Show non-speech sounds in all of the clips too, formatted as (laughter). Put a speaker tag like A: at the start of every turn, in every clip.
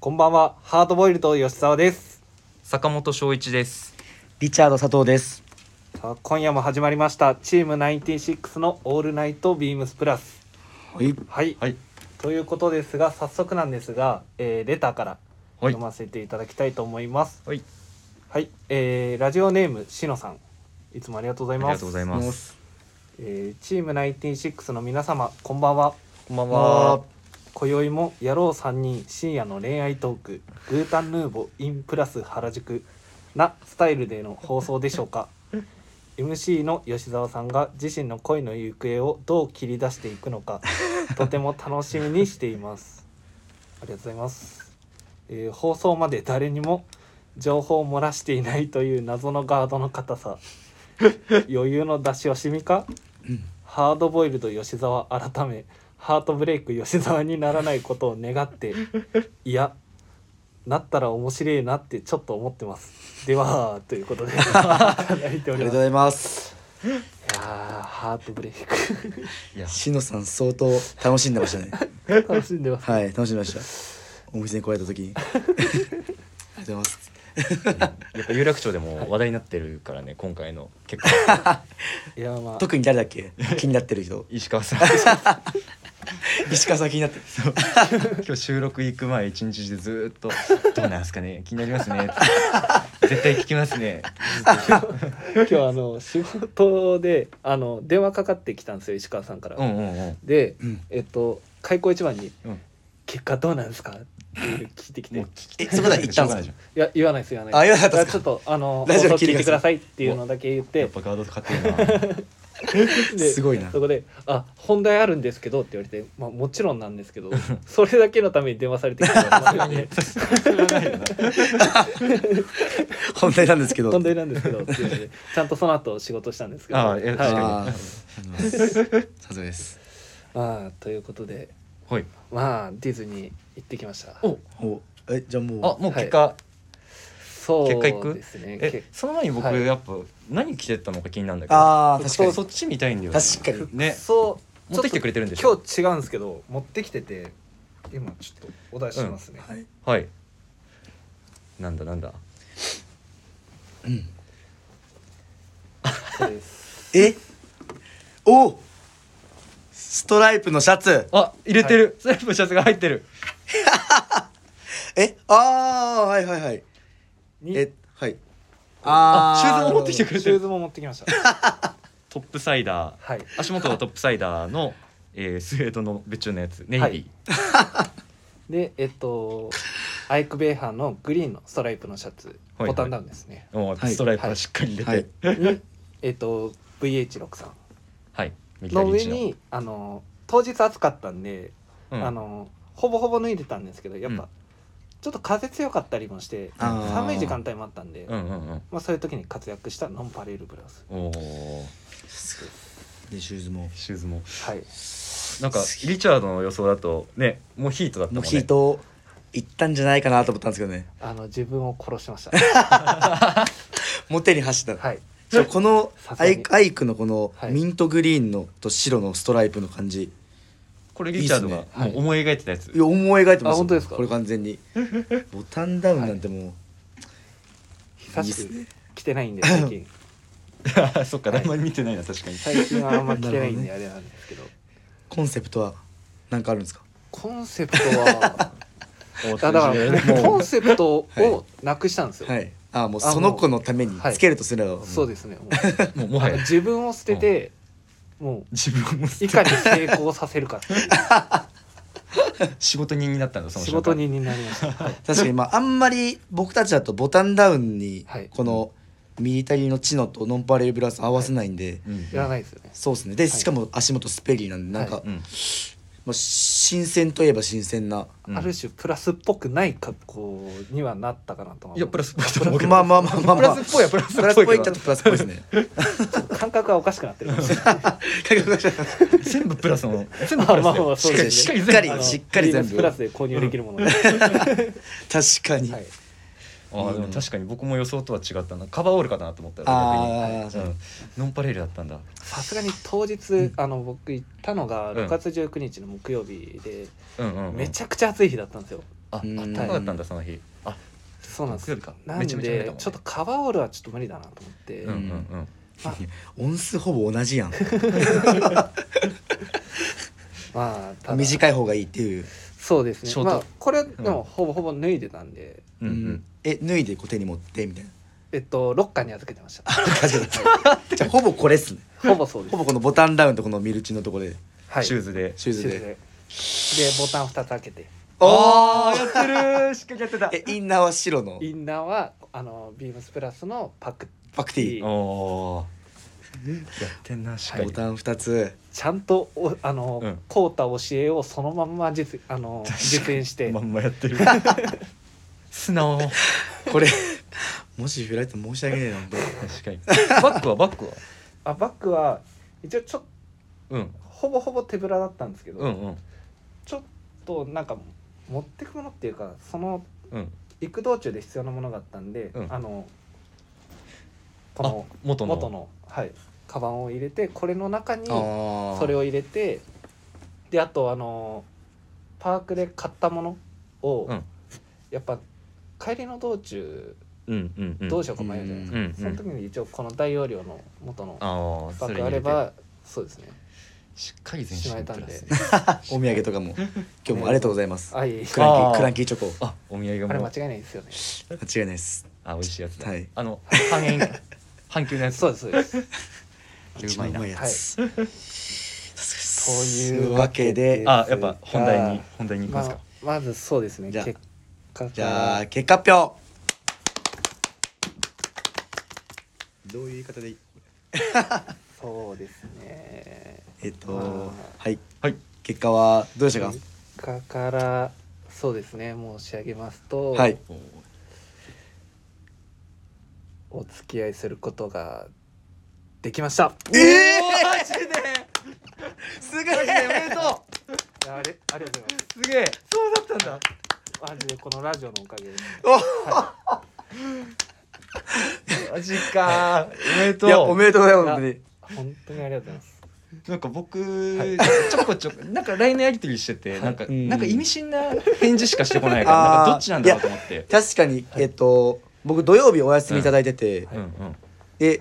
A: こんばんは、ハートボイルド吉沢です。
B: 坂本翔一です。
C: リチャード佐藤です。
A: さあ、今夜も始まりました。チーム96のオールナイトビームスプラス。
C: はい。
A: はい、
B: はい。
A: ということですが、早速なんですが、えーレターから
B: はい
A: 読ませていただきたいと思います。
B: はい。
A: はい、えーラジオネームしのさん、いつもありがとうござ
B: あ
A: い
B: り
A: ます。
B: がとうございます。
A: えーチーム96の皆様、こんばんは。
B: こんばん
C: は。
A: 今宵も野郎3人深夜の恋愛トークグータンヌーボインプラス原宿なスタイルでの放送でしょう
B: (laughs)
A: か MC の吉澤さんが自身の恋の行方をどう切り出していくのかとても楽しみにしていますありがとうございます、えー放送まで誰にも情報を漏らしていないという謎のガードの硬
B: (laughs)
A: さ余裕の出し惜しみかハードボイルド吉沢改めハートブレイク吉沢にならないことを願
B: (laughs)
A: っていやなったら面白いなってちょっと思ってますではという
B: (laughs)
A: ことでいただいて
C: あ
A: お
C: りが
A: り
C: と
A: ま
C: う
A: す
C: ご
A: いや
C: ざいます。
A: ーハートブレイク
B: いや、
C: しのさん相当楽しんでました (laughs) ね。
B: (laughs)
A: 楽しんでます
C: はい、楽しんでました。お店に来られた時に。ありがとうございます。
B: やっぱ有楽町でも話題になってるからね、今回の結構 (laughs)
A: いやまあ
C: 特に誰だっけ気になってる人。
B: 石川さん。
C: 石川さん気になってる。
B: 今日収録行く前一日でずーっとどうなんすかね、気になりますね。絶対聞きますね。
A: 今日あの仕事であの電話かかってきたんですよ石川さんから、
B: うんうんうん。
A: で
C: うん。
A: えっと開口一番に
B: うん、
A: 「結果どうなんですか?」っていう聞いてきて
B: もう
A: い
B: 聞き
C: え、そこで行ったんですか
A: や言わないです言わない
C: あ言わなかったっすか
A: ちょっとあの
C: ラジオ
A: 放送聞い
C: 聞
A: て
C: いて
A: く
C: く
A: だ
C: だ
A: さ
C: さ
A: いっていうのだけ言っ
B: やってぱガード勝ってるな。
A: です
C: ごいな
A: そこで「あ本題あるんですけど」って言われて、まあ、もちろんなんですけ
C: (laughs)
A: どそれだけのために電話されてきたから、ね、
C: 本題なんですけど。
A: 本題なんですけどっていうのでちゃんとその後仕事したんですけど
B: ああえ確か
A: はい、
C: あーありがとうございます。さすがです。
A: まあということで
B: はい。
A: まあディズニー行ってきました
B: お、
C: お、え、じゃあ
B: あ
C: も、
B: もう結果。
A: そう
B: 結果行く
A: ですね
B: え
A: け、
B: その前に僕
A: はい
B: やっぱ何着てったのか気になるんだけど。
C: う。ああ、確か
B: そ
C: に。
B: うそっち見たいんだよね。
C: 確かに。
B: ね。
A: そう
B: 持ってきて
A: ちょ
B: くれてるんでしょ。
A: 今日違うんですけど持ってきてて今ちょっとお出ししますね、
C: はい。
B: はい。なんだなんだ。
A: そうです
C: え。お。ストライプのシャツ。
B: あ、入れてる。ストライプのシャツが入ってる。
C: え、ああ、はいはいはい。
A: に
C: え、はい。
B: あシューズも持ってきてく
A: シ
B: れて
A: ュー
B: る。
A: ズも持ってきました
B: トップサイダー。
A: はい
B: 足元はトップサイダーの、えー、スウェードの別注のやつ、ネイビー。
A: はいでえっとアイク・ベイハンのグリーンのストライプのシャツ、
B: はいはい
A: ボタンダウンですね
B: もう
C: はい
B: ストライプはしっかり入れて。は
C: はいい。
A: にえっと VH63
B: 右
A: の
B: 左
A: 上
B: 一の
A: にあの当日暑かったんで、
B: うん
A: あのほぼほぼ脱いでたんですけどやっぱ、
B: うん
A: ちょっと風強かったりもして
C: あー
A: 寒い時間帯もあったんで、
B: うんうんうん。
A: まあ、そういう時に活躍したノンパレールブラウス
B: おお。
C: でシューズも
B: シューズも。
A: はい
B: なんか、リチャードの予想だと、ね、もうヒートだったも
C: も
B: ん
C: う
B: ね。
C: ヒー。トいったんじゃないかなと思ったんですけどね
A: あの自分を殺しました
C: もう手に走った、
A: はい
C: そうこの
A: さすが
C: ア
A: に
C: イクアイクのこの
A: はい
C: ミントグリーンのと白のストライプの感じ
B: これリチャード
C: いい
B: が
C: っす
A: ねは
B: も
A: いう
B: 思い描いてたやつ。
C: いや思い描いてます
A: あ本当ですか
C: これ完全にボタンダウンなんても
A: 久
C: いい
A: し
C: っす
A: く着てないんで最近
B: (laughs) そっか、あんまり見てないな、確かに。
A: 最近はあんま着てないんで
C: な
A: あれなんですけど
C: うコンセプトは何かあるんですか
A: コンセプトは
B: お
A: あだか
B: 通
A: ら
B: じるね
A: コンセプト
C: はい
A: をなくしたんですよ、
C: はいああもう
A: あ
C: その子のために
A: はい
C: つけるとすれば、
A: そうですねもう
B: もう
A: (laughs)
B: もはや
A: 自分を捨てて、も
B: 自分も
A: ういかに成功させるかっていう
B: 仕事人になったんだ、その
A: 仕
B: 瞬間
A: 事。人になりましたはい
C: 確かにまああんまり僕たちだとボタンダウンに
A: はい
C: このミリタリーのチノとノンパレルブラウス合わせないんで、
B: うん
A: やらないですよね
C: そうですねで
A: い
C: しかも足元スペリーなんでなんか、
A: は
B: うん
C: まあ、新鮮といえば新鮮な、
B: うん
A: ある種プラスっぽくない格好にはなったかなとはい
B: や、プラスっぽいと思うけど。
C: まあまあまあまあまあ
B: プラスっぽいやプラスっぽい
C: プラスっぽいっちゃプラスっぽいですね
A: 感覚がおかしくなってるかもしれない
B: (laughs) 全部プラスの。全部
A: (laughs) ま
B: プ
A: あ
B: ラス
A: まあま
B: だ
A: あ
B: よ。
A: そうですね
B: しっかりしっかり
C: し
A: あ
C: っか
A: の
C: りしっかり全
A: ビーム
C: 部
A: スプラスで購入できるもので、
C: 確かに、
A: はい
B: ああでも確かに僕も予想とは違ったなカバーオールかなと思ったら
C: あー
B: 逆にうんノンパレールだったんだ
A: さすがに当日、あの僕行ったのが
B: うん
A: 6月19日の木曜日で、
B: うんうんうん
A: めちゃくちゃ暑い日だったんですよ、
B: ああ、あっ
C: うん
B: たかかったんだその日。あ、
A: そうなんで
B: 木曜
A: す
B: 日か
A: なん
B: めちゃめちゃ晴れた
A: で
B: もんね
A: ちょっとカバーオールはちょっと無理だなと思って、
B: うんうんうん。
A: あ
C: 音数ほぼ同じやん
A: まあただ
C: 短い方がいいっていう、
A: そうです
B: ショ
A: ね
B: ー
A: ま
B: ト
A: あこれでもほぼほぼ脱いでたんで、
B: うんうん。
C: え脱いでこう手に持ってみたいな
A: えっとロッカーに預けてました
B: (laughs)
C: 感じだ (laughs) ったじゃあほぼこれっすね
A: ほぼそうです
C: ほぼこのボタンダウンとこのミルチのとこで
A: はい
B: シューズで。
C: シューズ
A: シューズ
C: で
A: ででボタン2つ開けて
C: お
B: あーやってるしっかりやってた
C: えインナーは白の
A: インナーはあのビームスプラスのパック
C: パクテ
B: (laughs)
C: ィ
B: おおー。やってんなしっか
C: ーボ
B: り。
C: タン2つ
A: ちゃんとおあの、
B: うん
A: こうた教えをそのまんま実あの
B: 確かに
A: 実演して
B: まんまやって (laughs) る。素直。
C: これもしフライト申し訳ねえな本当
B: 確かに。バックはバックは。
A: あバッグは一応ちょっと
B: うん
A: ほぼほぼ手ぶらだったんですけど、
B: うんうん
A: ちょっとなんか持ってくものっていうかその
B: うん。
A: 行く道中で必要なものがあったんで、
B: うん
A: あのこ
B: あ
A: の、
B: 元の。
A: 元。の、はい、カバンを入れてこれの中に
C: あ
A: それ
C: を
A: を入れてであとあのパークで買ったものを、
B: うん
A: やっぱ帰りの道中
B: うんうんうん。
A: どうしようか迷うじゃないですか、
B: うんうん。
A: その時に一応この大容量の元の
B: ああ、
A: バ
B: そ
A: ッ
B: れ
A: グあ
B: 入
A: れ
B: れて
A: ばそうですね
B: しっかり全
A: しまえ
B: 身
A: た
B: プ
A: ん
B: ラ
A: で
B: ス。
C: お土産とかも今日もありがとうございます
A: あいえいえ
C: クランキ
B: あ
C: ー
B: ー
C: クランキーチョコ
B: あ、お土産
A: あれ間
B: も
A: 違。いないですよね
C: 間違いないです
B: あ、美味しいやつだ。
C: はい
B: あの、半 (laughs) 円。半球のやつ。
A: そうですそうです
C: 一番うまいやつ、はい、
A: と
C: そ
A: いう
C: わけで
A: わ
B: あ、やっぱ本題に、本題に行き
A: ま
B: ます
A: あ
B: か。、
A: まずそうですね
C: じゃあ
A: 結果
C: じゃ
A: か
C: あ
A: ら
C: 結果発表どういう言い方でいい
A: そうですね
C: えっと
A: ま
C: はい
B: はい。
C: 結果はどうでしたか
A: 結果からそうですね申し上げますと、
C: はい
A: お付き合いすることができました
C: ええ
B: マジ
C: すげえ
B: でと
A: いやあれありがとうございます
B: う。すげえ。そうだったんだ。
A: すマジでこのラジオのおかげで
B: マジか。おめでと
C: いやお
B: う。
C: めでとうございます本当に
A: 本当にありがとうございます
B: なんか僕、ちょこちょこ、なんか LINE のやり取りしてて、
A: い
B: なんか、
C: うん
B: なんか意味深な返事しかしてこない (laughs) から、なん
C: あー
B: かどっちなんだろうと思って。
C: 確かに、えっと僕土曜日お休みいただいてて、
B: うんうん。
C: で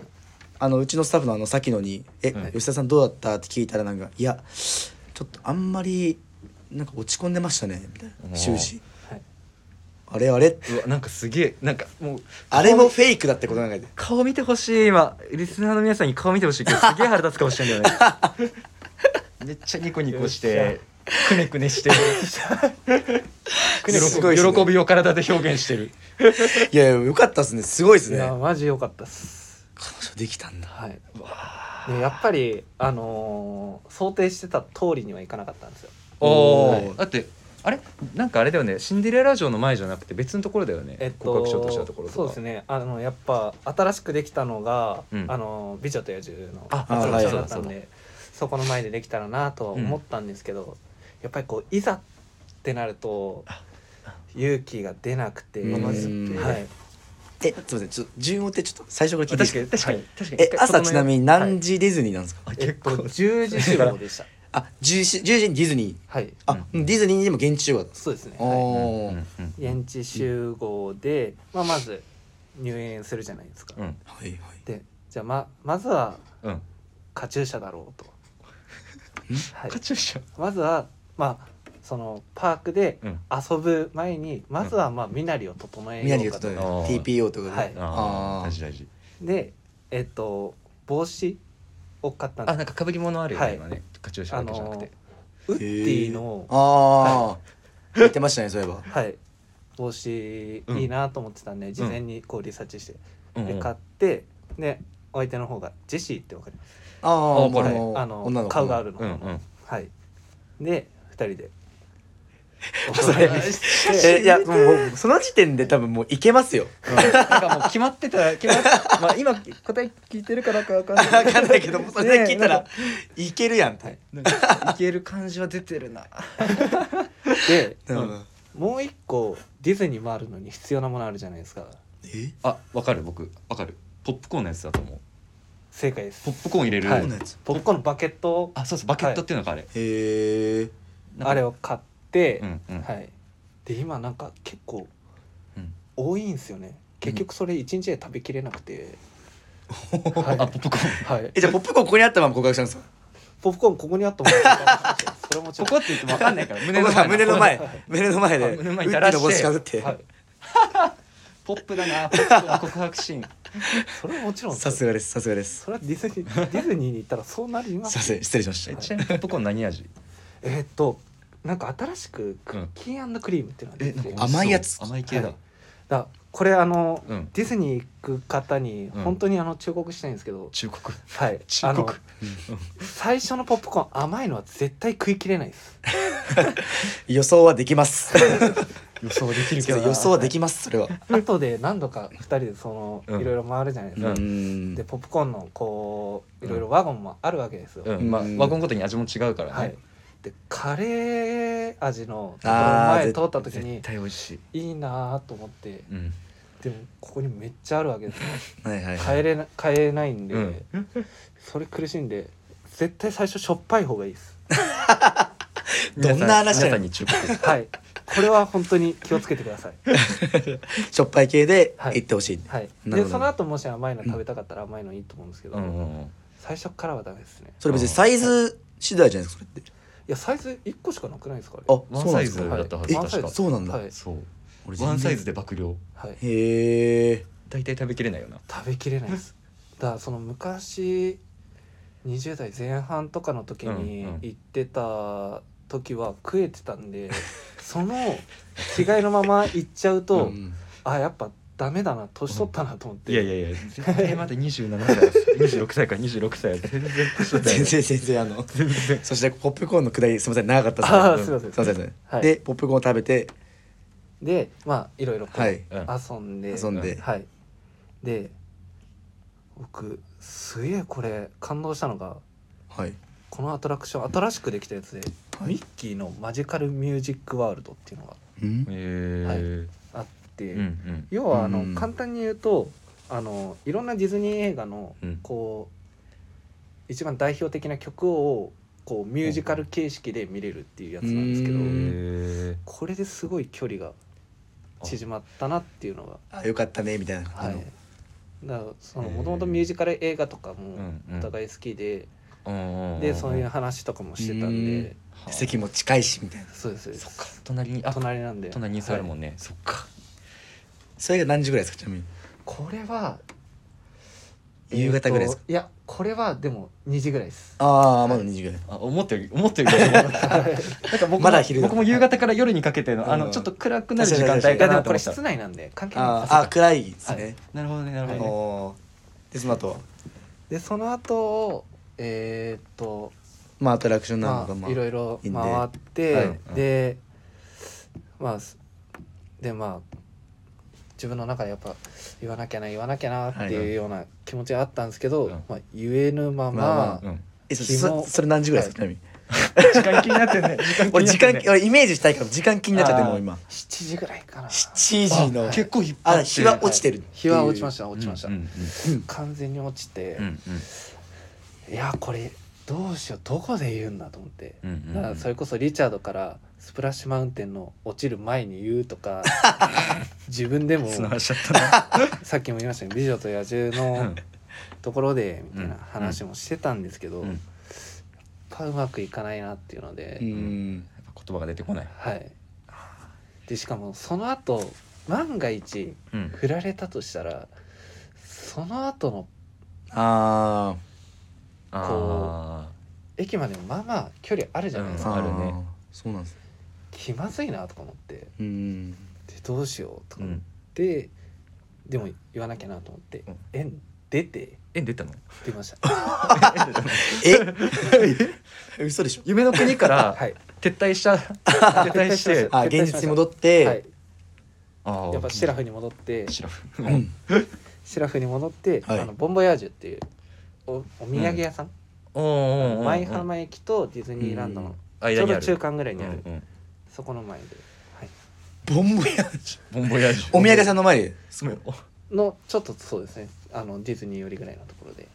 C: あのうちのスタッフのあの先野に「え、
B: はい
C: 吉田さんどうだった?」って聞いたらなんか「いやちょっとあんまりなんか落ち込んでましたね」みたい
B: お
C: な
B: ー
C: 終始、
A: はい
C: あれあれ
B: うわ、なんかすげえ、なんかもう。
C: あれもフェイクだってことなんかで
B: 顔見てほしい今リスナーの皆さんに顔見てほしいけ (laughs) どすげえ腹立つかもしれないよねめっちゃニコニコしてくねくね (laughs) して
C: くねくねすごいっすね
B: 喜びを体で表現してる
C: いやいやよかったですねすごいです
A: い
C: ね
A: や
C: 彼
A: マジ良かったっす
C: 女できたんだ
A: はいでやっぱりあのー想定してた通りにはいかなかったんですよ
B: お
C: お
B: お
C: ー
B: だってあれなんかあれだよねシンデレラ城の前じゃなくて別のところだよね、
A: えっと
B: 告白しようとしたところとか
A: そうですねあのやっぱ新しくできたのが「
B: うん
A: あの美女と野獣」の
B: あ
A: アトラクション
C: はい
A: だったん
B: そう
A: でそこの前でできたらなとは思ったんですけど、やっぱりこういざってなると勇気が出なくて、
C: うん
B: 甘酸っぱい
A: はい、
C: えすいませんちょっと順を追ってちょっと最初から聞いていい
B: 確か
C: で
B: に
C: すか
B: 確かに確かに
C: え朝ちなみに何時ディズニーなんですか、
B: あ
A: え
B: 結
A: っと
B: 構
A: 10時集合で
B: (laughs)
A: した
C: あ10時 ,10 時にディズニー
A: はい
C: あ、ディズニーにも現地集合だったんです
A: そうですね、
C: お
A: はい
C: おー、
B: うんうん
A: 現地集合で、まあ、まず入園するじゃないですか、
B: うん
C: はいはい
A: でじゃあままずは
B: うん
A: カチューシャだろうと、はい
B: カ、チューシャ
A: まずはまあそのパークで
B: うん
A: 遊ぶ前にまずはまあ身なりを整え
C: みな
A: よ
C: り
A: う
C: が
A: か
C: 例
A: と
C: え
B: あ
C: ば
B: ー
C: TPO ってことで、
A: はい
B: ああ
C: あー
B: 大事大事
A: でえっと帽子を買ったんで
B: あ
A: す
B: なんか被り物あるよね、
A: はい
B: 今ねカチューシャ
A: あ
B: だけじゃなく
A: の
B: て
A: ウッディの
C: へーああ言ってましたねそういえば
A: はい帽子
B: うん
A: いいなと思ってたんで事前にこうリサーチして
B: うんう
A: で
B: ん
A: 買ってでお相手の方がジェシーってわかります
C: ああ
B: あこれ
C: あの
A: あの
C: 女の子
A: 顔があるの
B: うんうん
A: はいで二人でお
C: そ
A: 揃
C: れ
A: いにして
C: えい (laughs) やもうその時点で多分もういけますよ
B: なんかもう決まってた (laughs) 決まっまあ今答え聞いてるからかわかんない
C: 分かんないけどもうそれだけ聞いたら、
B: ね
C: いけるやんって、
A: はい
B: なんかいける感じは出てるな
A: で
C: うん
B: うん
A: もう一個ディズニー回るのに必要なものあるじゃないですか
C: え
B: あわかる僕わかるポップコーンのやつだと思う
A: 正解です
B: ポップコーン入れる、
A: はい
C: どんなやつ
A: ポップコーンのバケットを
B: あそうそうバケットっていうのかあれ、
C: へえ
B: なんか
A: あれを買って
B: う、んうん、
A: はいで今なんか結構
B: うん
A: 多いんですよね結局それ一日で食べきれなくて、はい
B: (laughs) あポップコーン
A: はい
C: えじゃあポップコーンここにあったまま告白したんですか
A: ポップコーンここにあったもんそれもち
B: こ
A: ょっ
B: (laughs) ことって言っても分かんないから胸
C: こ
B: の
C: こが
B: 前
C: (laughs) 胸の前胸の前で
B: あ
C: ウ
B: 胸の
C: ッ
B: 前に
C: ディ
B: 垂らして
C: の帽子かぶって
A: はい
B: ポップだ (laughs) なポップの告白シーン
A: それはもちろん
C: さすがですさすがです
A: それはディズニ
B: (laughs)
A: ーディズニーに行ったらそうなりますす
C: いません失礼しまし
B: え
C: た
B: ちなみにポップコーン何味
A: えーっとなんか新しくクッキークリームっていうのが出てて、
C: ん
A: だ
C: か甘いやつ
B: 甘い系だ、
A: はいからこれあの、
B: うん
A: ディズニー行く方に
B: うん
A: 本当にあの忠告したいんですけど、
B: 中国
A: はい
B: 忠
A: あ
B: 告
A: の最初のポップコーン甘いのは絶対食い切れないです
C: 予想はできます (laughs)
B: 予想できるけ
A: (laughs)
B: どな
C: 予想はできますそれは
A: 後で何度か2人でその、
B: うん
A: いろいろ回るじゃないです
C: う
A: か、
C: ん
A: でポップコーンのこう
B: う
A: い
B: ん
A: ろいろワゴンもあるわけですよ、
B: うんまあ
C: うん
B: ワゴンごとに味も違うからね、
A: はいでカレー味のところ
C: あー
A: 前
C: 絶
A: 通った時に
B: 絶対美味しい、
A: いいなと思って
B: うん
A: でもここにめっちゃあるわけですよ
C: はいはいはい
A: 買えれな買えないんで、
B: うん
A: それ苦しいんで絶対最初しょっぱい方がいいです
C: どんな話だ
B: 皆さ
C: よ
B: んに忠告です
A: はいこれは本当に気をつけてください
C: しょっぱい系で
A: はい
C: 行ってほしい
A: はい
C: な
A: で
C: るほど
A: その後もし甘いの食べたかったら甘いのいいと思うんですけど、
B: うんうんうん
A: 最初からはダメですね
C: それ別にサイズ次第じゃないですかそれって
A: いやサイズ1個しかなくないですかあれ
C: あそ
B: ワン
C: うな
B: サ
C: ん
B: イ
C: です
B: ズ
C: か
B: だったは
A: え
B: ず確か
A: ワンサイズ
C: そうなんだ
A: はい
B: そう
C: 俺全然
B: ワンサイズで爆量
A: はい
C: へえ
B: 大体食べきれないよな
A: 食べきれないですだからその昔20代前半とかの時に
B: うんうん
A: 行ってた時は食えてたんで、その着替えのまま行っちゃうと、あやっぱダメだな年取ったなと思って、
B: いやい (laughs) やいや絶対まだ27歳だ26歳から26歳は全然年取ってない
C: 全然全然あの
B: 全然
C: そしてポップコーンのくだりすみません長かったです
A: あーすいません
C: すみません、
A: はい
C: でポップコーンを食べて
A: でまあいろいろこう
C: はい
A: 遊んで、
C: 遊んで、
A: はいで僕すげえこれ感動したのが
C: はい
A: このアトラクション新しくできたやつで、
C: はい
A: ミッキーのマジカルミュージックワールドっていうのが
C: うん
B: え
A: あって、
B: えうんうん
A: 要はあの、
C: うん
A: 簡単に言うとあのいろんなディズニー映画の
B: うん
A: こう一番代表的な曲をこうミュージカル形式で見れるっていうやつなんですけど、
C: う
B: へ
C: ん
B: え
A: これですごい距離が縮まったなっていうのが
C: あよかったねみたいな、
A: は
C: あの
A: い、だからその
B: へー
A: もともとミュージカル映画とか
B: う
A: も
B: んうん
A: お互い好きで、
B: うん
A: でそういう話とかもしてたんで、
C: 席も近いしみたいな
A: そうですそうです
B: そっか隣にあ
A: 隣なんで
B: 隣に座るも
A: はい
B: んね、そっか
C: それが何時ぐらいですかちなみに
A: これは
C: 夕方ぐらいですか
A: えーといやこれはでも2時ぐらいです
C: ああまだ2時ぐらい、
B: あ思ったより思った (laughs) より遅かったなんか僕も
C: まだ昼だ
B: 僕も夕方から夜にかけてのあ
C: う
B: の
C: ん
B: ちょっと暗くなる時間帯
A: い
B: か
A: やで
B: な
A: も
B: と
A: こ
B: 思
A: れ
B: った
A: 室内なんで関係ないん
C: あ
A: です
C: ーあー暗いですね、
A: は
B: なるほどねなる
C: あ
B: ほどね
C: のーでその後
A: でその後えーっと
C: まあアトラクションな
A: ま
C: のかま
A: あ
C: あ
A: いろいろ
C: いいんで
A: 回って
B: は
A: で,、
B: いうん
A: まあすでまあ自分の中でやっぱ言わなきゃな言わなきゃなって
C: はい
A: いうような気持ちがあったんですけど、
B: うん
A: まあ、言えぬまま、
C: まあ
B: うん
C: えそ
A: 紐
C: そそれ何時ぐらいですか、ちなみに
B: 時間気になってんね (laughs) 時間気
C: 俺
B: にな
C: 時
B: って
C: 間
B: んね
C: 俺イメージしたいから時間気になっちゃって
B: あー
C: もう今
A: 7時ぐらいかな
C: 7時の
B: あ結構引っ張って
C: あ日は落ちてる
A: 日は落ちましたた落ちました、
B: うんうん
A: 完全に落ちて、
B: うん
A: いやこれどうしようどこで言うんだと思って、
B: うんうんうん
A: だからそれこそリチャードから「スプラッシュマウンテンの落ちる前に言う」と
B: (laughs)
A: か自分でも
B: その話だった
A: さっきも言いましたね「美女と野獣」
B: な (laughs)
A: のところでみたいな
B: うん
A: 話もしてたんですけど、
B: うん
A: やっぱうまくいかないなっていうので、
C: うん
B: やっぱ言葉が出てこない
A: はいでしかもその後万が一
B: うん
A: 振られたとしたらその後の
C: あ
B: あ
A: 駅までもまあまあ距離あるじゃないです
C: ー
A: か、
B: あるね
C: ーそうなんです
A: 気まずいなとか思って
C: うん
A: でどうしようと
B: ーう
A: か思っ
B: ん
A: て、でも言わなきゃなと思って
B: うん
A: 「縁出て
B: え出たの」
A: 出ました
C: え (laughs) 嘘でしょ
B: 夢の国から
A: はい
B: 撤退した撤退して
C: (laughs) あ
A: 撤退しま
C: 現
A: した
C: 実に戻って、
A: はい
B: ああ
A: やっぱシラフに戻って
B: シラフ (laughs)
C: うん
A: シラフに戻って、
C: はい
A: あのボンボヤージュっていうおお土産屋さん、
B: おーおーおー
A: 舞浜駅とディズニーランドのち
B: 間
A: ょう
B: にあ
A: ど
B: る
A: 中間ぐらいにある、
B: うんうん
A: そこの前で、はい、
C: ボンボヤージ
B: ボンボヤージ
C: ュお土産屋さ
B: ん
C: んの前で
A: のちょっとそうですねあのディズニー寄りぐらいのところ
C: (laughs)
A: で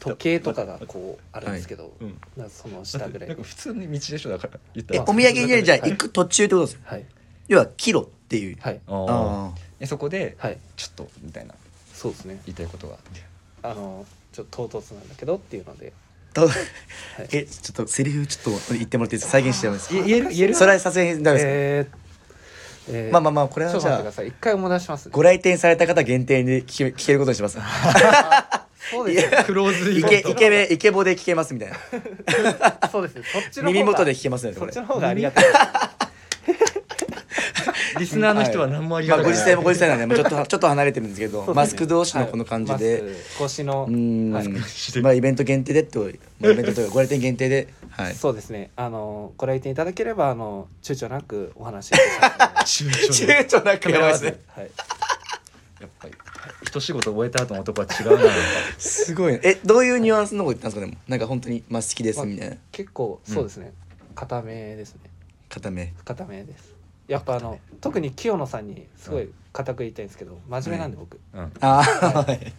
A: 時計とかがこうあるんですけど、
B: うん
A: なんかその下ぐらい
B: なんか普通の道でしょだから言った
C: え
B: ら
C: お土産にじゃあ行く途中ってことですよ
A: はい
C: 要はキロっていう、
A: はい
B: あ
C: あ
B: ーでそこで
A: はい
B: ちょっとみたいな
A: そうですね
B: 言いたいことがあって
A: あのちょっと唐突なんだけどっていうので
C: あとえちょっとセリフちょっと言ってもらっていいですか再現してもらっていい
B: い言える言え
C: で
B: る
C: すかそれはさすがにダメですか、
A: えーえー
C: まあまあまあこれ
A: ちょ
C: は
A: っ
C: じ
A: と待ってく
C: ゃ
A: だ
C: あ
A: さい一回お出しします
C: ご来店された方限定で聞け聞けることにします
A: そうですね
B: (laughs) クローズイ
C: イ
B: ベン
C: ケ
B: ト
C: イケメンイケボで聞けますみたいな
A: そうですねそっちの方が
C: 耳元で聞けますね
A: そ
C: こ
A: っ
C: れ
A: ちの方がありがたい
B: リスナーの人は何もあり
C: ま
B: が
C: あ
B: とう
C: ご時世もご時
B: 世
C: 世なんでもうちょっとちょっと離れてるんですけ
A: そ
C: ど
A: うですね
C: マスク同士のこの感じで、
A: はいマスク越しの
C: うーん、
A: はい
C: まあイベント限定でって、まあ、イベントというかご来店限定で、はい、
A: そうですねあのご来店いただければあの躊躇なくお話しできますので
B: 躊躇
C: 躊躇なくやばいです (laughs) ね
A: はい
B: やっぱり一仕事終えた後の男は違うなやっ
C: すごいねえどういうニュアンスのこと言ったんですかでもなんか本当にまあ好きですみたいな
A: 結構そうですね固めですね
C: 固め
A: 固めですやっぱあの特に清野さんにすごい固く言いたいんですけど真面目なんで僕、
B: ぱうん
C: ああはい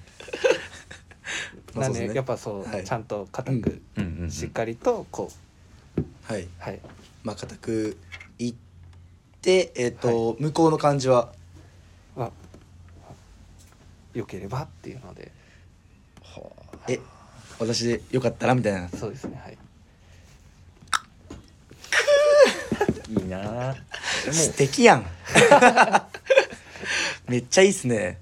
C: (laughs) ま
A: な
C: あ
A: ん
C: そう
A: で
C: です
A: や
C: ね
A: っぱそう、
C: はい
A: ちゃんと固く、
B: うんうんうん
A: しっかりとこ
C: はい、
A: うはい
C: まあ、固くいってえっ、と、向こうの感じは
A: まあ良ければっていうので
C: え私でよかったらみたいな
A: そうですねはい
B: いいなあも
C: 素敵やん (laughs) めっちゃいいっすね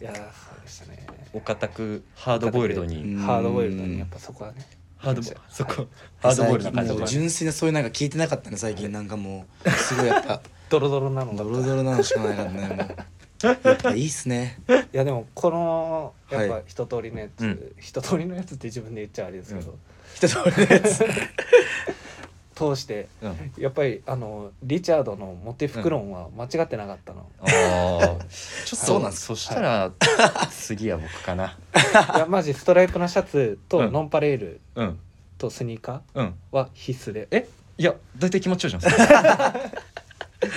A: いやーそうでしたね
B: うお堅くハードボイルド
C: う
B: に
C: ん
A: ハードボイルドにやっぱそこはね
B: ハードボイルそこハ
C: 最
B: ードボイル
C: 近
B: な感じ
C: もう
B: で
C: 純粋なそういうなんか聞いてなかったね最近なんかもうすごいやっぱ
A: ドロドロなのだ
C: ド
A: っ
C: ロ
A: た
C: ドロなのしかないからねもうやっぱいいっすね
A: いやでもこのやっ
C: は
A: ぱ
C: い
A: 一通りのやつ、
B: うん
A: 一通りのやつって自分で言っちゃあれですけど、
C: 一通りのや
B: (laughs)
C: つ
A: 通して
B: うんあ
A: やっぱりあのリチャードのモテ袋論は間違ってなかった
B: (laughs)
A: の、
B: (laughs) あ
C: ちょっと
B: そうなんそしたら次は僕かない
A: やマジストライプのシャツ
B: う
A: と
B: ん
A: ノンパレール
B: うん
A: とスニーカ
B: うん
A: ーは必須で、
B: えいや大体気持ちよいじゃんそれ (laughs)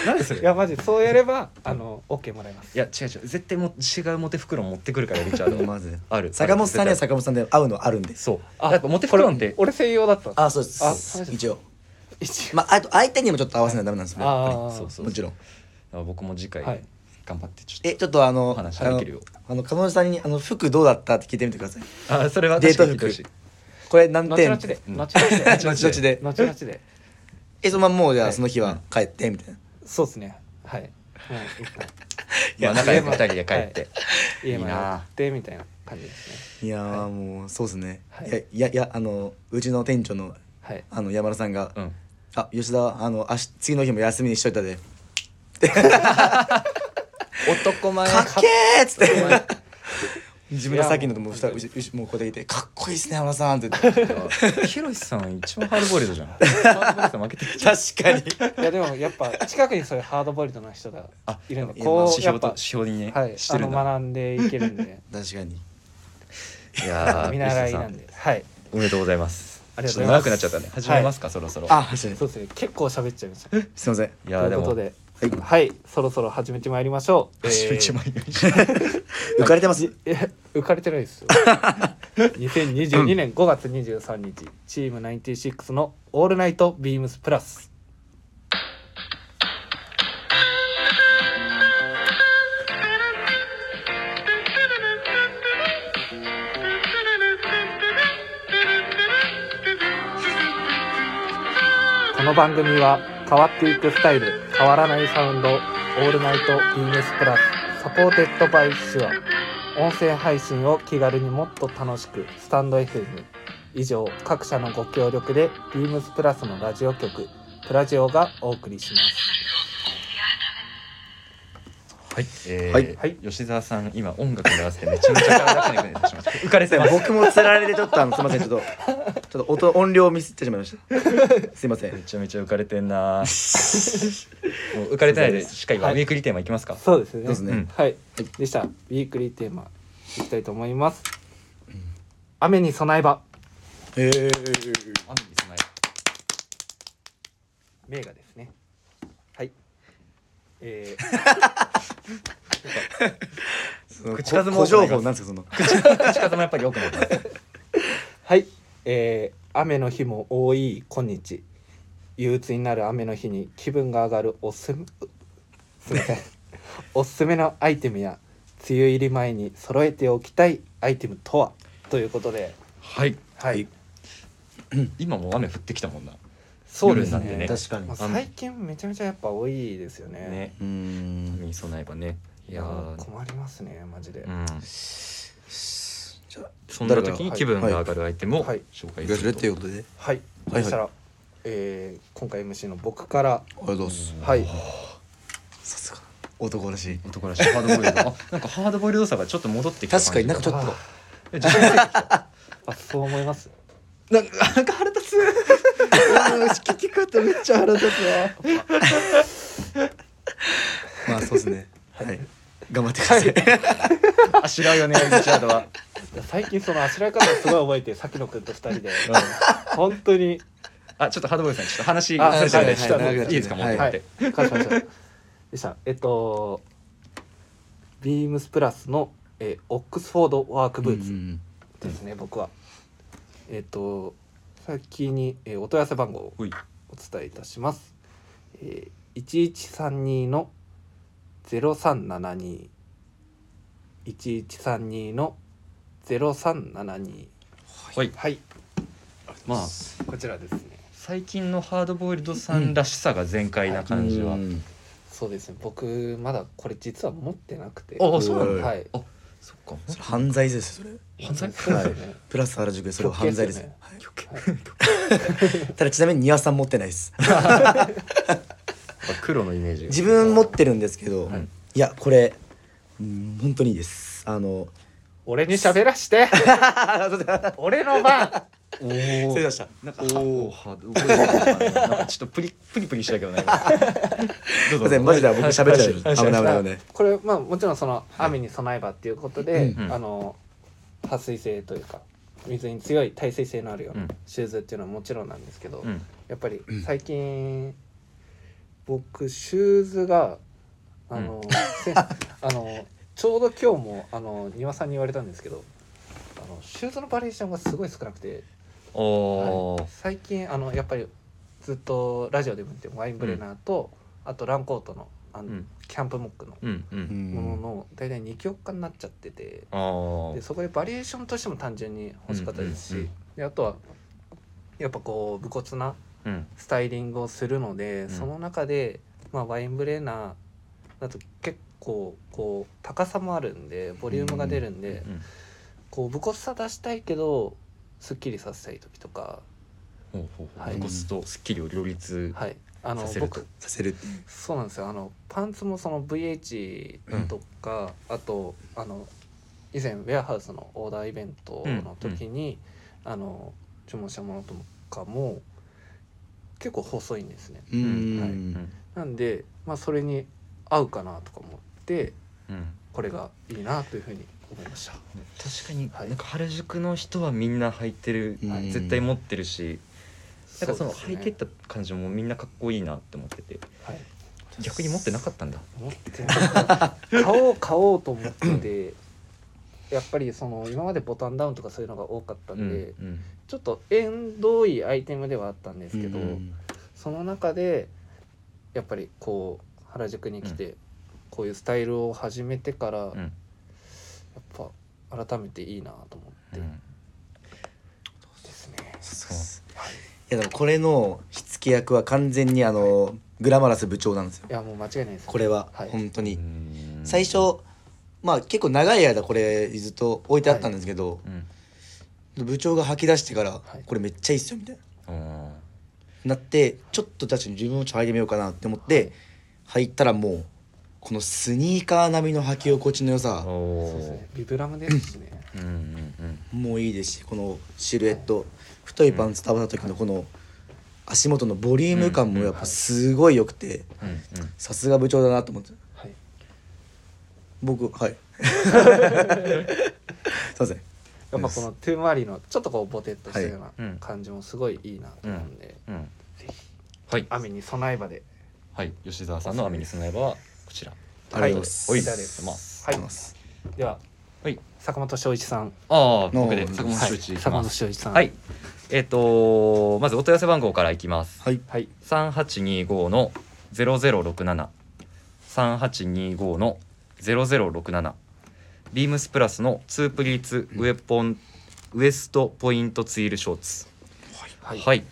B: 何それ
A: いやマジそうやればあの OK もらえます
B: いや違う違う絶対も違うモテ袋持ってくるからリチャ
C: (laughs)
B: ード
C: まず
B: ある
C: 坂本さんには
B: 絶対
C: 坂本さんで会うのあるんです
B: そう
A: あ
B: やっぱモテ袋って
A: 俺専用だった
C: あそうで
A: あ
C: す
A: そうです
C: 一応
A: 一応
C: まああと相手にもちょっと合わせないとダメなんですよやっぱり
A: あー
B: そうそう
C: もちろん
B: 僕も次回
A: はい
B: 頑張ってちょっと
C: えちょっとあの
B: お話
C: あの
B: できるよ
C: あの彼女さんにあの服どうだったって聞いてみてください
B: あそれは
C: デート
B: 確かに聞いてほ
C: 服
B: しい
C: これ何
A: 後
C: 点
A: 々で
B: うん
A: 後
B: (laughs)
A: 々で
C: (laughs) 後々で
A: 後々で
C: えそのままもうじゃ
A: は
C: あ
A: い
C: その日は帰ってみたいな、
A: そうですねはいもう
B: (laughs)
A: 一旦
C: いや
B: まあ仲良く二人で帰って、
A: 家まで
B: いいな
A: 送ってみたいな感じですね
C: いやーもうそうですね、
A: はい
C: い、やいやいやあのうちの店長の
A: はい
C: あの山田さんが「
B: うん
C: あ吉田あの明日次の日も休みにしといた (laughs) で」
B: 男
C: 「
B: 前
C: かっけー!」っつって自分の先のともう
A: い
C: ふ
A: や
C: た
A: もう
C: うちうちもうこうやってきて「かっこいいっすね山田さん」って言って
B: ヒロシさん一番ハードボイル (laughs)
C: (laughs)
B: ドじゃんハードボイルド負けてる
C: 確かに
A: いやでもやっぱ近くにそういうハードボイルドな人が
B: あ
A: いるんで
C: いや
A: こ
C: まあ
A: う
B: 指
A: やっ
B: 標と
A: ぱ
B: 指標にね、
A: はい
B: して
A: あ
B: る
A: の
B: んだ
A: 学んでいけるん
B: (laughs)
A: で
C: 確かに
B: いや
A: (laughs)
B: ー
A: 見習いなん
B: 吉
A: ではい
B: 田さんおめでとうございます
A: ありがとう
B: ちょ
A: ご
B: っ
A: ざいます
B: 長くなっちゃったね始めますか、そろそろ
C: あ確かに
A: そうですね結構喋っちゃいましたと
C: すいません
B: いやー
A: い
B: で
A: うこ
B: も
A: とではいそろそろ始めてまいりましょう
B: (laughs) 始めちま
A: い
B: いました
C: 浮かれてます
A: (laughs) 浮かれてないですよ2022年5月23日チーム96の「オールナイトビームスプラス」この番組は変わっていくスタイル変わらないサウンド「オールナイトビームスプラス」サポーテッドバイシュア音声配信を気軽にもっと楽しくスタンド FM 以上各社のご協力でビームスプラスのラジオ局プラジオがお送りします
B: はい、えー
C: はい
A: はい
B: 吉澤さん今音楽に合わせてめちゃめちゃ体がくねくねしてし
A: (laughs)
B: まった浮かれてます
C: 僕もつられてちょっとあのすいませんちょっとちょっと音音量をミスってしまいま (laughs) したすいませ
B: め
C: ん
B: ちゃめちゃ浮かれてんなもう浮かれてないでしっかり
A: (laughs)
B: 今、
A: はい
B: ウィークリーテーマいきますか
A: そうですね
C: そうですね、
B: うん
A: はいでしたウィークリーテーマいきたいと思います、雨に備えば
B: 雨
C: えー、
B: に備
A: 名画ですねはいえ
C: その
B: 口数も
C: こ
B: 多くな
C: 情
B: ります
C: 報なんですかその
B: え口数もやっぱり良くなってます
A: ーはいえー雨の日も多い今日憂鬱になる雨の日に気分が上がるおす (laughs) すいませんおすすめのアイテムや梅雨入り前に揃えておきたいアイテムとはということで
B: はい
A: はい
B: 今もう雨降ってきたもんな
A: そうです
B: 夜に
A: ね
B: なって
C: 確かに
A: まあ最近めちゃめちゃやっぱ多いですよね
B: ね
C: うー
B: 雨
C: ん
B: に備えばねい
A: い
B: や
A: や
B: ー
A: 困りますねマジで、
B: うん
C: じゃあ
B: そんな時に気分が上がるアイテムを
A: はい
B: 紹介
C: 誰が
B: す
C: する
B: る
C: っていう
B: と
C: ことで
A: はい、
C: はい
A: そしたら、えー今回 MC の僕から
C: ありがとうございます
A: はい
C: さすが男らしい
B: 男らしいハードボイルドあなんかハードボイルドさがちょっと戻ってきた感じ
C: 確かになんかちょっ
A: あ
C: と
B: え自信ついてきた
A: あそう思います
C: なんかなんか腹立つうん聞き方めっちゃ腹立つわまあそうですねはい頑張ってください
B: あしらうよねリチャードは
A: 最近そのあしらい方をすごい覚えてさきのくんと二人で本当に
B: あちょっとハードボイルドさんちょっと話
A: あ
B: さ
A: は
B: れてるんで
A: い
B: ちょっと
A: はい
B: いいですか持っ
C: はい
B: ても
A: は
B: らっ
A: い
B: て
A: 感謝感謝でしたえっとビームスプラスの、えーオックスフォードワークブーツですね、僕はえっと先に、えーお問い合わせ番号を
B: ほい
A: お伝えいたします。えー、1132の0372 1132の0372
B: はい
A: はい
B: まあ
A: こちらですね
B: 最近のハードボイルドさんらしさが全開な感じは
A: そうですね僕まだこれ実は持ってなくて
B: ああそうなの
C: んだ
A: はい
B: そっか
C: それ犯罪ですよそれ
B: 犯罪
A: そうですね
C: プラス原宿で (laughs) それは犯罪ですよ
A: はい
C: はいただちなみに庭さん持ってないです
B: 黒のイメージ
C: 自分持ってるんですけど、
B: はい
C: い、やこれうん本当にいいですあの
A: 俺に喋らして
C: (laughs)
A: 俺の番
B: おお
C: ました
B: なんかおおハードボイルドさんなんかちょっとプリプリプリしたけどね今どうぞ
C: すいませんマジで僕喋っちゃう危ない危ない危ない
A: これまあもちろんその雨に備えばっていうことで、
C: うん
B: うん
A: あの撥水性というか水に強い耐水性のあるよう
B: う
A: なんシューズっていうのはもちろんなんですけど、
B: うん
A: やっぱり最近、僕シューズがあの、せ (laughs) あのちょうど今日もあの庭さんに言われたんですけどあのシューズのバリエーションがすごい少なくて
B: お
A: はい
B: ー
A: 最近あのやっぱりずっとラジオでも言ってるワインブレナーと、あとランコートのあの、
B: うん
A: キャンプモックの
B: うんう
C: うん
A: もの
C: ん
A: の大体2極化になっちゃってて
B: あー
A: でそこでバリエーションとしても単純に欲しかったですし、
B: うんうんうん
A: であとはやっぱこう武骨な
B: うん
A: スタイリングをするので、
B: ん
A: その中で、まあ、ワインブレーナーだと結構こう高さもあるんでボリュームが出るんで、
B: うん
A: こう武骨さ出したいけどすっきりさせたい時とか、
B: ほうほう
A: はい
B: コスとスッキリを両立
A: はい、あの
B: させると
A: 僕
C: させるっていう
A: そうなんですよあのパンツもその VH とか、あとあの以前ウェアハウスのオーダーイベントの時に、あの注文したものとかも結構細いんですね
C: う
B: うん
A: はい
C: ん
A: なんで、まあ、それに合うかなとか思って
B: うん
A: これがいいなというふうに思いました
B: 確かに、
A: はい
B: なんか原宿の人はみんな履いてる、
C: うん
B: 絶対持ってるしなんかその
A: うです
B: 履
A: ね
B: いてった感じもみんなかっこいいなって思ってて
A: はい
B: 逆に持ってなかったんだ
A: 持って
B: (laughs)
A: ない買おう買おうと思っててやっぱりその今までボタンダウンとかそういうのが多かったんで、
B: うんうん
A: ちょっと縁遠いアイテムではあったんですけど、
C: うん
A: その中でやっぱりこう原宿に来て、こういうスタイルを始めてから、
B: う
A: やっ
B: ん
A: ぱ改めていいなと思って
B: うん
A: ですね、
C: そうですいやでもこれの火付け役は完全にあのグラマラス部長なんですよ
A: いやもう間違いないです
C: これは
A: はい
C: 本当に
B: うん
C: 最初まあ結構長い間これずっと置いてあったんですけど
B: うん
C: 部長が吐き出してから
A: はい
C: これめっちゃいいっすよみたい
B: あ
C: ななってちょっと確かに自分もちょっと履いてみようかなって思って履いたらもうこのスニーカー並みの履き心地の良
B: ー
C: さ
B: お
A: そうです
B: ー
A: ねビブラムですしね
B: うんうんうん
C: もいいですしこのシルエット太いパンツ食べた時のこの足元のボリューム感もやっぱすごい良くて
B: うんうん
C: さすが部長だなと思って
A: はい
C: 僕はいすいません
A: やっぱこのトゥーマリーのちょっとこうボテッとしたよう
B: はいう
A: なん感じもすごいいいなと思うんで、
B: うん
A: ぜひ
B: はい
A: 雨に備え場で
B: はい吉澤さんの雨に備えばはこちら
C: ありがとうございます
B: は
A: はいいこちらですはい
C: ありがとうございます
A: では
B: はい
A: 坂本翔一さん
B: ああ僕で
C: の
B: 坂本
A: はい
B: 周知いき
A: 坂
B: ま
A: 本
B: す
A: 翔一さん
B: はいえっ、とまずお問い合わせ番号からいきます
C: はい
A: はい
B: 三八二五のゼロゼロ六七。 3825の0067ビームスプラスのツープリーツウェポン、ウエストポイントツイールショーツ
A: は
B: はい、
A: い、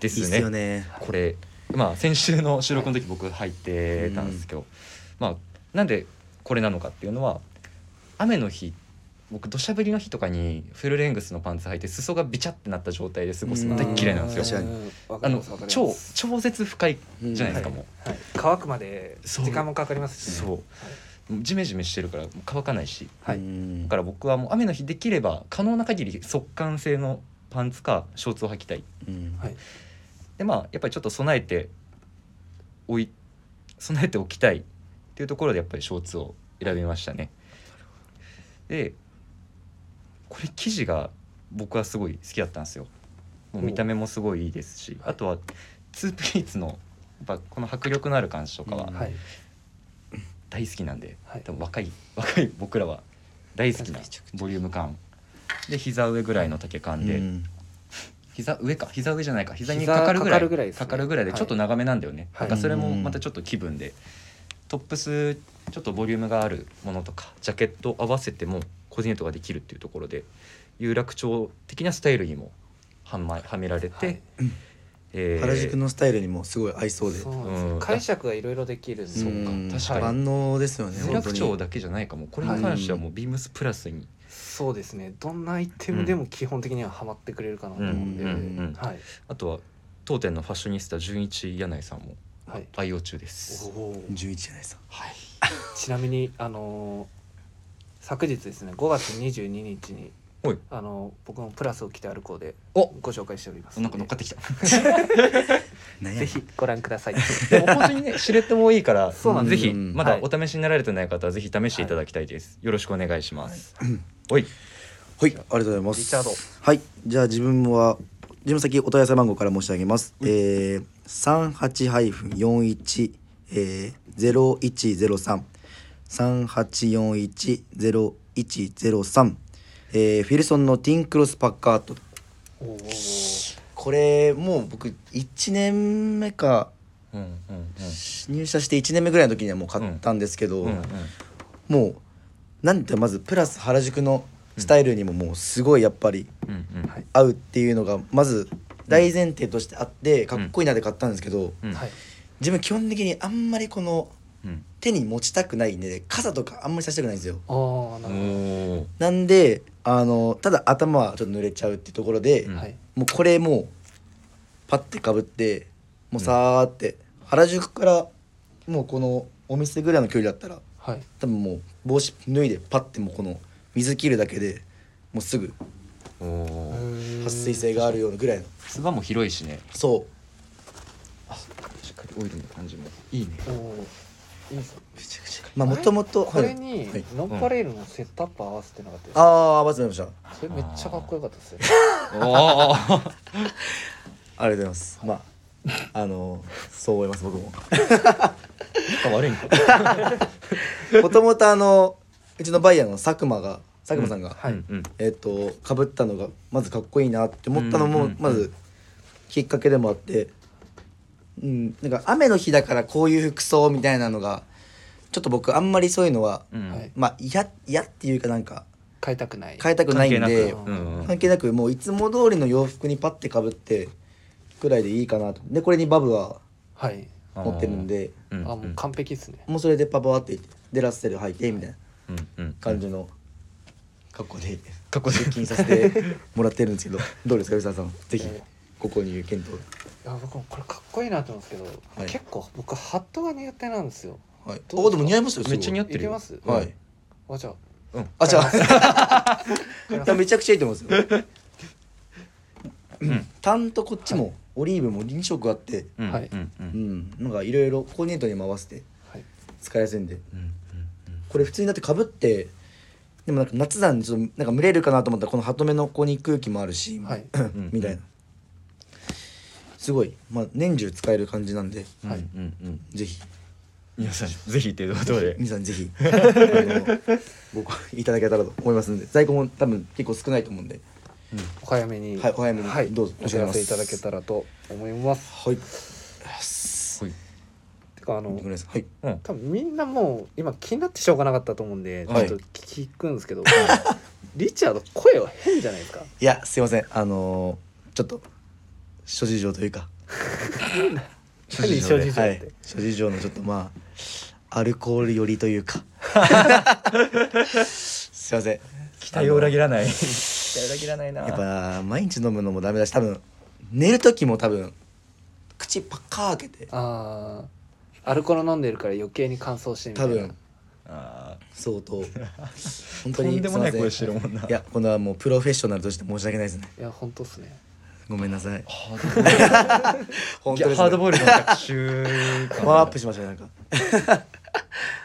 B: で
C: いいっ
B: す
C: す
B: ね
C: よね
B: これまあ先週の収録の時僕入ってたんですけど、まあなんでこれなのかっていうのは雨の日僕土砂降りの日とかにフルレングスのパンツ履いて裾がビチャってなった状態で過ごすの大っ嫌いなんですよ。
C: よ
A: よ
B: あの超超絶不快じゃないですか、
C: うん
B: もう、
A: はい、乾くまで
B: そう
A: 時間もかかりますし、ね、
B: そう、ジメジメしてるからもう乾かないし
A: はい
C: うん
B: だから僕はもう雨の日できれば可能な限り速乾性のパンツかショーツを履きたい
C: うん
A: はい
B: でまあやっぱりちょっと備えておい備えておきたいっていうところでやっぱりショーツを選びましたねでこれ生地が僕はすごい好きだったんですよもう見た目もすごいいいですしあとはツープリーツのやっぱこの迫力のある感じとかは
A: はい
B: 大好きなんで、
A: はい
B: 多分若い若い僕らは大好きなボリューム感で膝上ぐらいの丈感で、
C: うん
B: 膝上か膝上じゃないか膝にかかるぐ
A: 膝
B: らい
A: かかるぐらいですね
B: かかるぐらいで
A: はい
B: ちょっと長めなんだよね、
A: はい
B: なんかそれもまたちょっと気分で、トップスちょっとボリュームがあるものとかジャケット合わせてもコーディネートができるっていうところで有楽町的なスタイルにもはまはめられ
A: は
B: て、
A: い
B: えー
C: 原宿のスタイルにもすごい合いそうで
A: そうなんですよ
B: うん
A: 解釈がいろいろできるんで
B: そうか
C: ん
B: 確かに
C: 万能ですよね
B: 有楽町
C: 本当に
B: だけじゃないかもこれに関してはもうビームスプラスに
A: そうですねどんなアイテムでも基本的にはハマってくれるかなと思うんで、
C: うん
B: うん
A: はい
B: あとは当店のファッショニスタ純一柳井さんも
A: はい
B: 愛用中です。
A: おー
C: 11じゃないですか
B: はい。
A: ちなみにあのー昨日ですね5月22日に
B: はい
A: あのー僕のプラスを着て歩こうで
B: お
A: ご紹介しております
B: なんか乗っかってきた。
C: なんや
A: ぜひご覧ください
B: (laughs) でも本当にね、シレットもいいから、
A: そうなん
B: ぜ
A: です
B: ひ
C: うん
B: まだ
A: はい
B: お試しになられてない方はぜひ試していただきたいです。よろしくお願いします。おい、
C: はい、ありがとうございます。
A: リチャード
C: はい、じゃあ自分は自分先お問い合わせ番号から申し上げます。えー、三八ハイフン四一えゼロ一ゼロ三三八四一ゼロ一ゼロ三フィルソンのティンクロスパッカート。
A: (laughs) おー
C: これもう僕一年目か
B: うんうんうん
C: 入社して一年目ぐらいの時にはもう買ったんですけど、
B: うんうん。
C: もうなんてまずプラス原宿のスタイルにももうすごいやっぱり。
B: うんうん
A: はい
C: 合うっていうのがまず大前提としてあってかっこいいなで買ったんですけど、
B: うん
A: はい
C: 自分基本的にあんまりこの
B: うん
C: 手に持ちたくないんで傘とかあんまりさせたくないんですよ
A: ああなるほ
B: おー
C: なんであのただ頭はちょっと濡れちゃうっていうところで、
B: う
A: ど
B: ん
A: はい
C: もうこれもうパッてかぶってもうさーって、原宿からもうこのお店ぐらいの距離だったら
A: はい
C: 多分もう帽子脱いでパッてもうこの水切るだけでもうすぐ
B: おー。
C: 撥水性があるようなぐらいの
B: つばも広いしね。
C: そう
B: しっかりオイルの感じもいいね。
A: おーいいですね
C: まあもともと
A: これに
C: はい
A: ノンパレールのセットアップ合わせてなかったです
C: ああ、バズりました。あ
A: それめっちゃかっこよかったですよ
B: おー
C: りがとうございます。まあ、あのーそう思います、僕も。
B: なんか悪いんか。
C: もともと、あのうちのバイヤーの佐久間が、佐久間さんが、
A: はい
B: うんうん。
C: えっ、と、かぶったのが、まずかっこいいなって思ったの
B: うん
C: も、
B: うんうん
C: まず。きっかけでもあって。うん、なんか雨の日だから、こういう服装みたいなのが。ちょっと僕、あんまりそういうのは、
B: うん
A: はい
C: まあ、嫌、嫌っていうか、なんか、
A: 変えたくない
C: 変えたくないん
B: 関係な
C: で。
B: くうんうん
C: 関係なくもういつも通りの洋服にパッてかぶってくらいでいいかなとでこれにバブは
A: はい
C: 持ってるん。で
B: うんうん
A: あもう完璧ですね
C: もうそれでパパパっていってでラッセル履いてみたいな
B: うんうん。
C: 感じの格好で
B: かっこいい。
C: 出勤させてもらってるんですけどどうですか吉田さんぜひ
A: え
C: ご購入検討
A: いや僕もこれかっこいいなと思うんですけど、
C: はい
A: 結構僕ハットが苦手なんですよ
C: はい
A: どうですか
C: います
B: めっちゃ似合って
A: い
B: る
A: け
B: よ。
A: ます
C: はいはい
A: あじゃあ
B: うん。
C: あじ
B: (laughs)
C: ゃ
A: 買います
C: あめちゃくちゃいいと思うんですよ
B: うん
C: タンとこっちもオリーブも2色あって
B: うん
A: はい
B: うんう
C: うんんなんかいろいろコーディネートにも合わせて
A: はい
C: 使いやすいんで
B: うんうんうん。
C: これ普通にだってかぶってでもなんか夏なんでちょっとなんか蒸れるかなと思ったらこのハトメのここに空気もあるし、
A: はい
C: (laughs) みたいなすごい、まあ、年中使える感じなんで
A: はい
B: うんうん。
C: ぜひ
B: 皆さんぜひということで。
C: 皆さんぜひあの僕いただけたらと思いますんで在庫も多分結構少ないと思うんで
A: お早めに
C: はいお早めに
A: はい、
C: どうぞ
A: お知らせいただけたらと思います
C: はい
B: はい。
A: かあ
C: お
A: の
C: 願いしますはい
A: 多分みんなもう今気になってしょうがなかったと思うんでちょ
C: は
A: っ
C: い
A: と聞くんですけど、リチャード声は変じゃないですか
C: いやすいませんあのーちょっと諸事情というか
B: 諸
A: 何
B: 事情
A: 諸
B: で
A: 事情
C: は
A: っ
C: い
A: て、
C: 諸事情のちょっとまあアルコール寄りとい
B: (laughs)
C: うかすいません
B: 期待を裏切らない期待を裏切らないな
C: やっぱ毎日飲むのもダメだし多分寝る時も多分口パッカー開けて
A: ああアルコール飲んでるから余計に乾燥してみた
C: 多
A: いな
C: 分
B: あ
C: 相当本
B: ーとんでもない
C: すませ
B: 声してるもんない
C: やこれはもうプロフェッショナルとして申し訳ないですね
A: いや本当っすね
C: ごめんなさい
B: ハードボイル
C: (laughs) 本
B: いや
C: 当です、ね、
B: ハードボイルの学習
C: パ
B: 感
C: ワーアップしましたねなんか (laughs)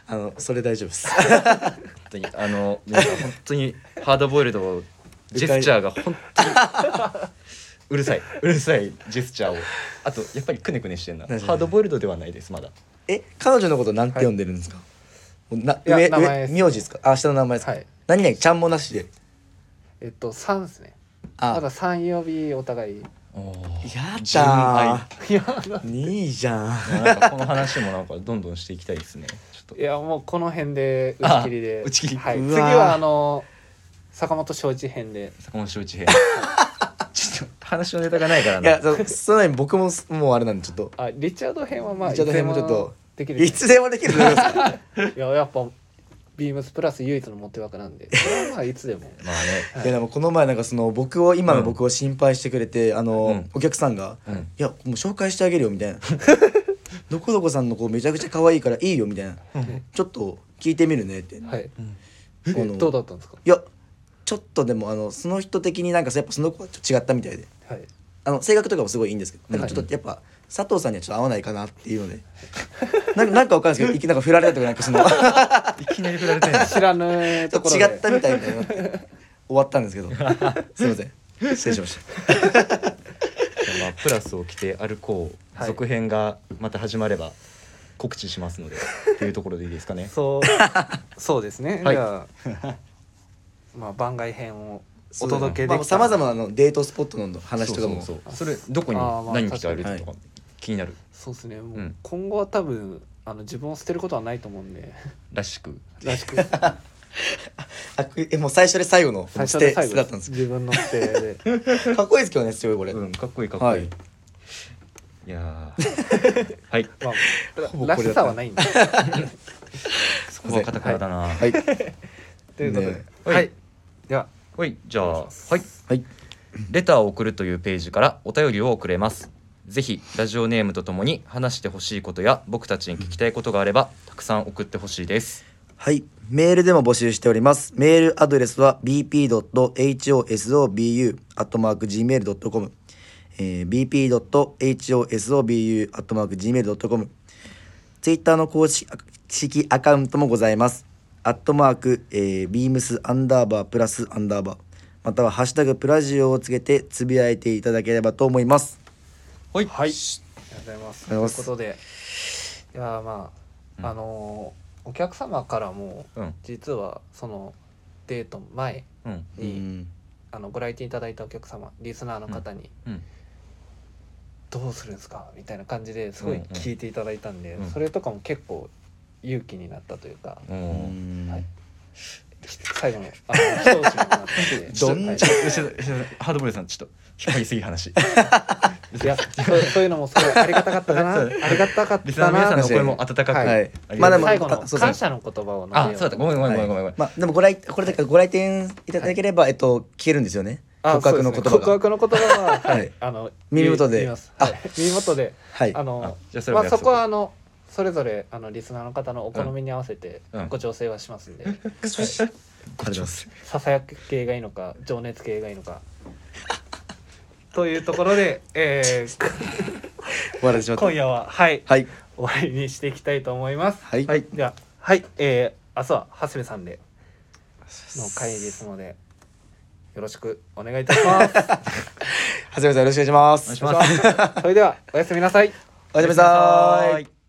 C: あのそれ大丈夫です
B: 本当にあの皆さん本当にハードボイルドジェスチャーが本当に (laughs) うるさいうるさいジェスチャーをあとやっぱりくねくねしてんな
C: 確かに
B: ハードボイルドではないですまだえ
C: 彼女のことなんて呼んでるんですか、ない
A: や
C: 上
A: 名前で
C: 上
A: す
C: 名字ですかあ下の名前ですか、
A: はい
C: 何々ちゃんもなしで
A: えっと3ですね
C: あ
A: まだ3呼びお互い
C: やだ
B: 純愛
A: いや
C: ーいいじゃん
B: なんかこの話もなんかどんどんしていきたいですねちょっ
A: いやもうこの辺で打ち切りで
B: あ打ち切り
A: はい、
C: うわ
A: 次はあの坂本翔一編で
B: と坂本翔一平ちょっと話のネタがないから
C: い
B: な
C: やそその前に僕ももうあれなんでちょっと
A: あリチャード編はまあ
C: リチャード編もちょっと
A: いつでできる
C: いつでもできると思いますか
A: いややっぱビームスプラス唯一の持って枠なんでそれはまあいつでも
B: まあ
C: いやでもこの前なんかその僕を今の僕を心配してくれて、あの、
B: うん
C: お客さんが、
B: ね
C: いやもう紹介してあげるよみたいなどこどこさんの子めちゃくちゃ可愛いからいいよみたいな
B: うん
C: ちょっと聞いてみるねって、
A: はい
C: あ
A: え
C: の
A: どうだったんですか
C: いやちょっとでもあのその人的になんかやっぱその子はちょっと違ったみたいで
A: はい
C: あの性格とかもすごいいいんですけどなんかちょっとやっぱ佐藤さんにはちょっと合わないかなっていうのでなんかなんかわかんないですけどいきなんか振られたとかなんかその
B: いきなり振られてんの
A: 知らぬところで
C: 違ったみたいみたいになって終わったんですけどすいません失礼しました。
B: まあ、プラスを着て歩こう、
A: はい
B: 続編がまた始まれば告知しますのでというところでいいですかね。
A: そうそうですね、
B: はい
A: じゃあまあ番外編をお
C: ま
A: 届けで
C: あ
A: き
C: さ
A: た
C: まざまなあのデートスポットの話とかも
B: そうそうそうそれどこに
A: あーまあ
B: 何着て歩いて
C: 確
B: と
C: か
B: か気になる
A: そうですねもう、
B: うん
A: 今後は多分あの自分を捨てることはないと思うんで
B: らしく
A: らしく
C: あくえもう最初で最後の
A: 最
C: 捨
A: 初で
C: て捨
A: 最
C: て
A: 後
C: だったんです
A: 自分の捨てで
C: けどかっこいいですけどねすごいこれ、
B: うんかっこいいかっこいい。
C: はいい、
B: や (laughs) ーはい
A: ま
C: ほぼこれ
A: あら
C: だった
A: しさはないんで
B: そこはカタカナだな。はい、
C: は
A: とい
C: い
A: うことで、
C: ね
B: はい
A: はいでは
B: じゃあ
A: お願いします
B: はい
C: はい
B: レターを送るというページからお便りを送れます。ぜひラジオネームとともに話してほしいことや僕たちに聞きたいことがあればたくさん送ってほしいです。
C: はい。メールでも募集しております。メールアドレスは bp.hosobu.gmail.com、えー、bp.hosobu.gmail.com ツイッターの公式式アカウントもございます。アットマーク、えー、beams アンダーバープラスアンダーバーまたはハッシュタグプラジオをつけてつぶやいていただければと思います。
B: はい、
A: はい、ありがとうございます。
C: あり
A: と
C: がとうござい
A: い
C: ま
A: う
C: す
A: ことで、いやーまあ、
B: うん
A: あのーお客様からも
B: うん
A: 実はそのデート前
B: うん
A: に、あのご来店いただいたお客様、リスナーの方に、
B: うん
A: どうするんですかみたいな感じですごい
B: うんうん
A: 聞いていただいたんで、
B: うん
A: それとかも結構勇気になったというか、
B: う。
C: うんん、
A: はい最後のあの一押しになったんで
B: (laughs)
C: どん
A: はい
B: ちょっとちょっとちょっとハードボイルドさんちょっと引っ張りすぎ (laughs) 話
A: いやそうそういうのもすごいありがたかったかな、
B: (laughs) そ
A: あ
B: うだね
A: りがたかっ
B: リスナー
A: た
B: の皆さん
A: な
B: の。お声も温かく、
A: はい
C: はい
B: あり
C: ま
B: がと
C: あで
B: うご
C: も
B: ざ
A: 最
B: いま
A: 後の
C: あそうそう
A: 感謝の言葉を述べ
B: す
A: よ
B: あそうだったご
A: と
B: めんごめんごめんご
C: は
B: めん、
C: いまあでもご来これだからご来店いただければ、えっと消えるんですよね。
A: あ
C: 告白の
A: そうです
C: 言葉
A: ね
C: が。
A: 告白の言葉は、
C: はい
A: はい、あの
C: 耳元で
A: 言いますはい、耳元で、
C: はい。
A: あ
B: あ
A: の
B: じゃあそれ
A: ま
B: は
A: あそこはあのそれぞれあのリスナーの方のお好みに合わせて
B: うん
A: ご調整はしますんで、
C: ありがとうございます。
A: ささやく系がいいのか情熱系がいいのかというところで、えー、
C: 笑ってしまった。
A: 今夜ははい
C: はい
A: 終わりにしていきたいと思います。
C: はい
B: はい
A: でははい、えー、明日は長谷部さんでの会ですのでよろしく (laughs) お願いいたします。
C: 長谷部さんよろしくお願いします。
B: お願いします
A: (laughs) それではおやすみなさい。
C: おやすみなさーい。
B: い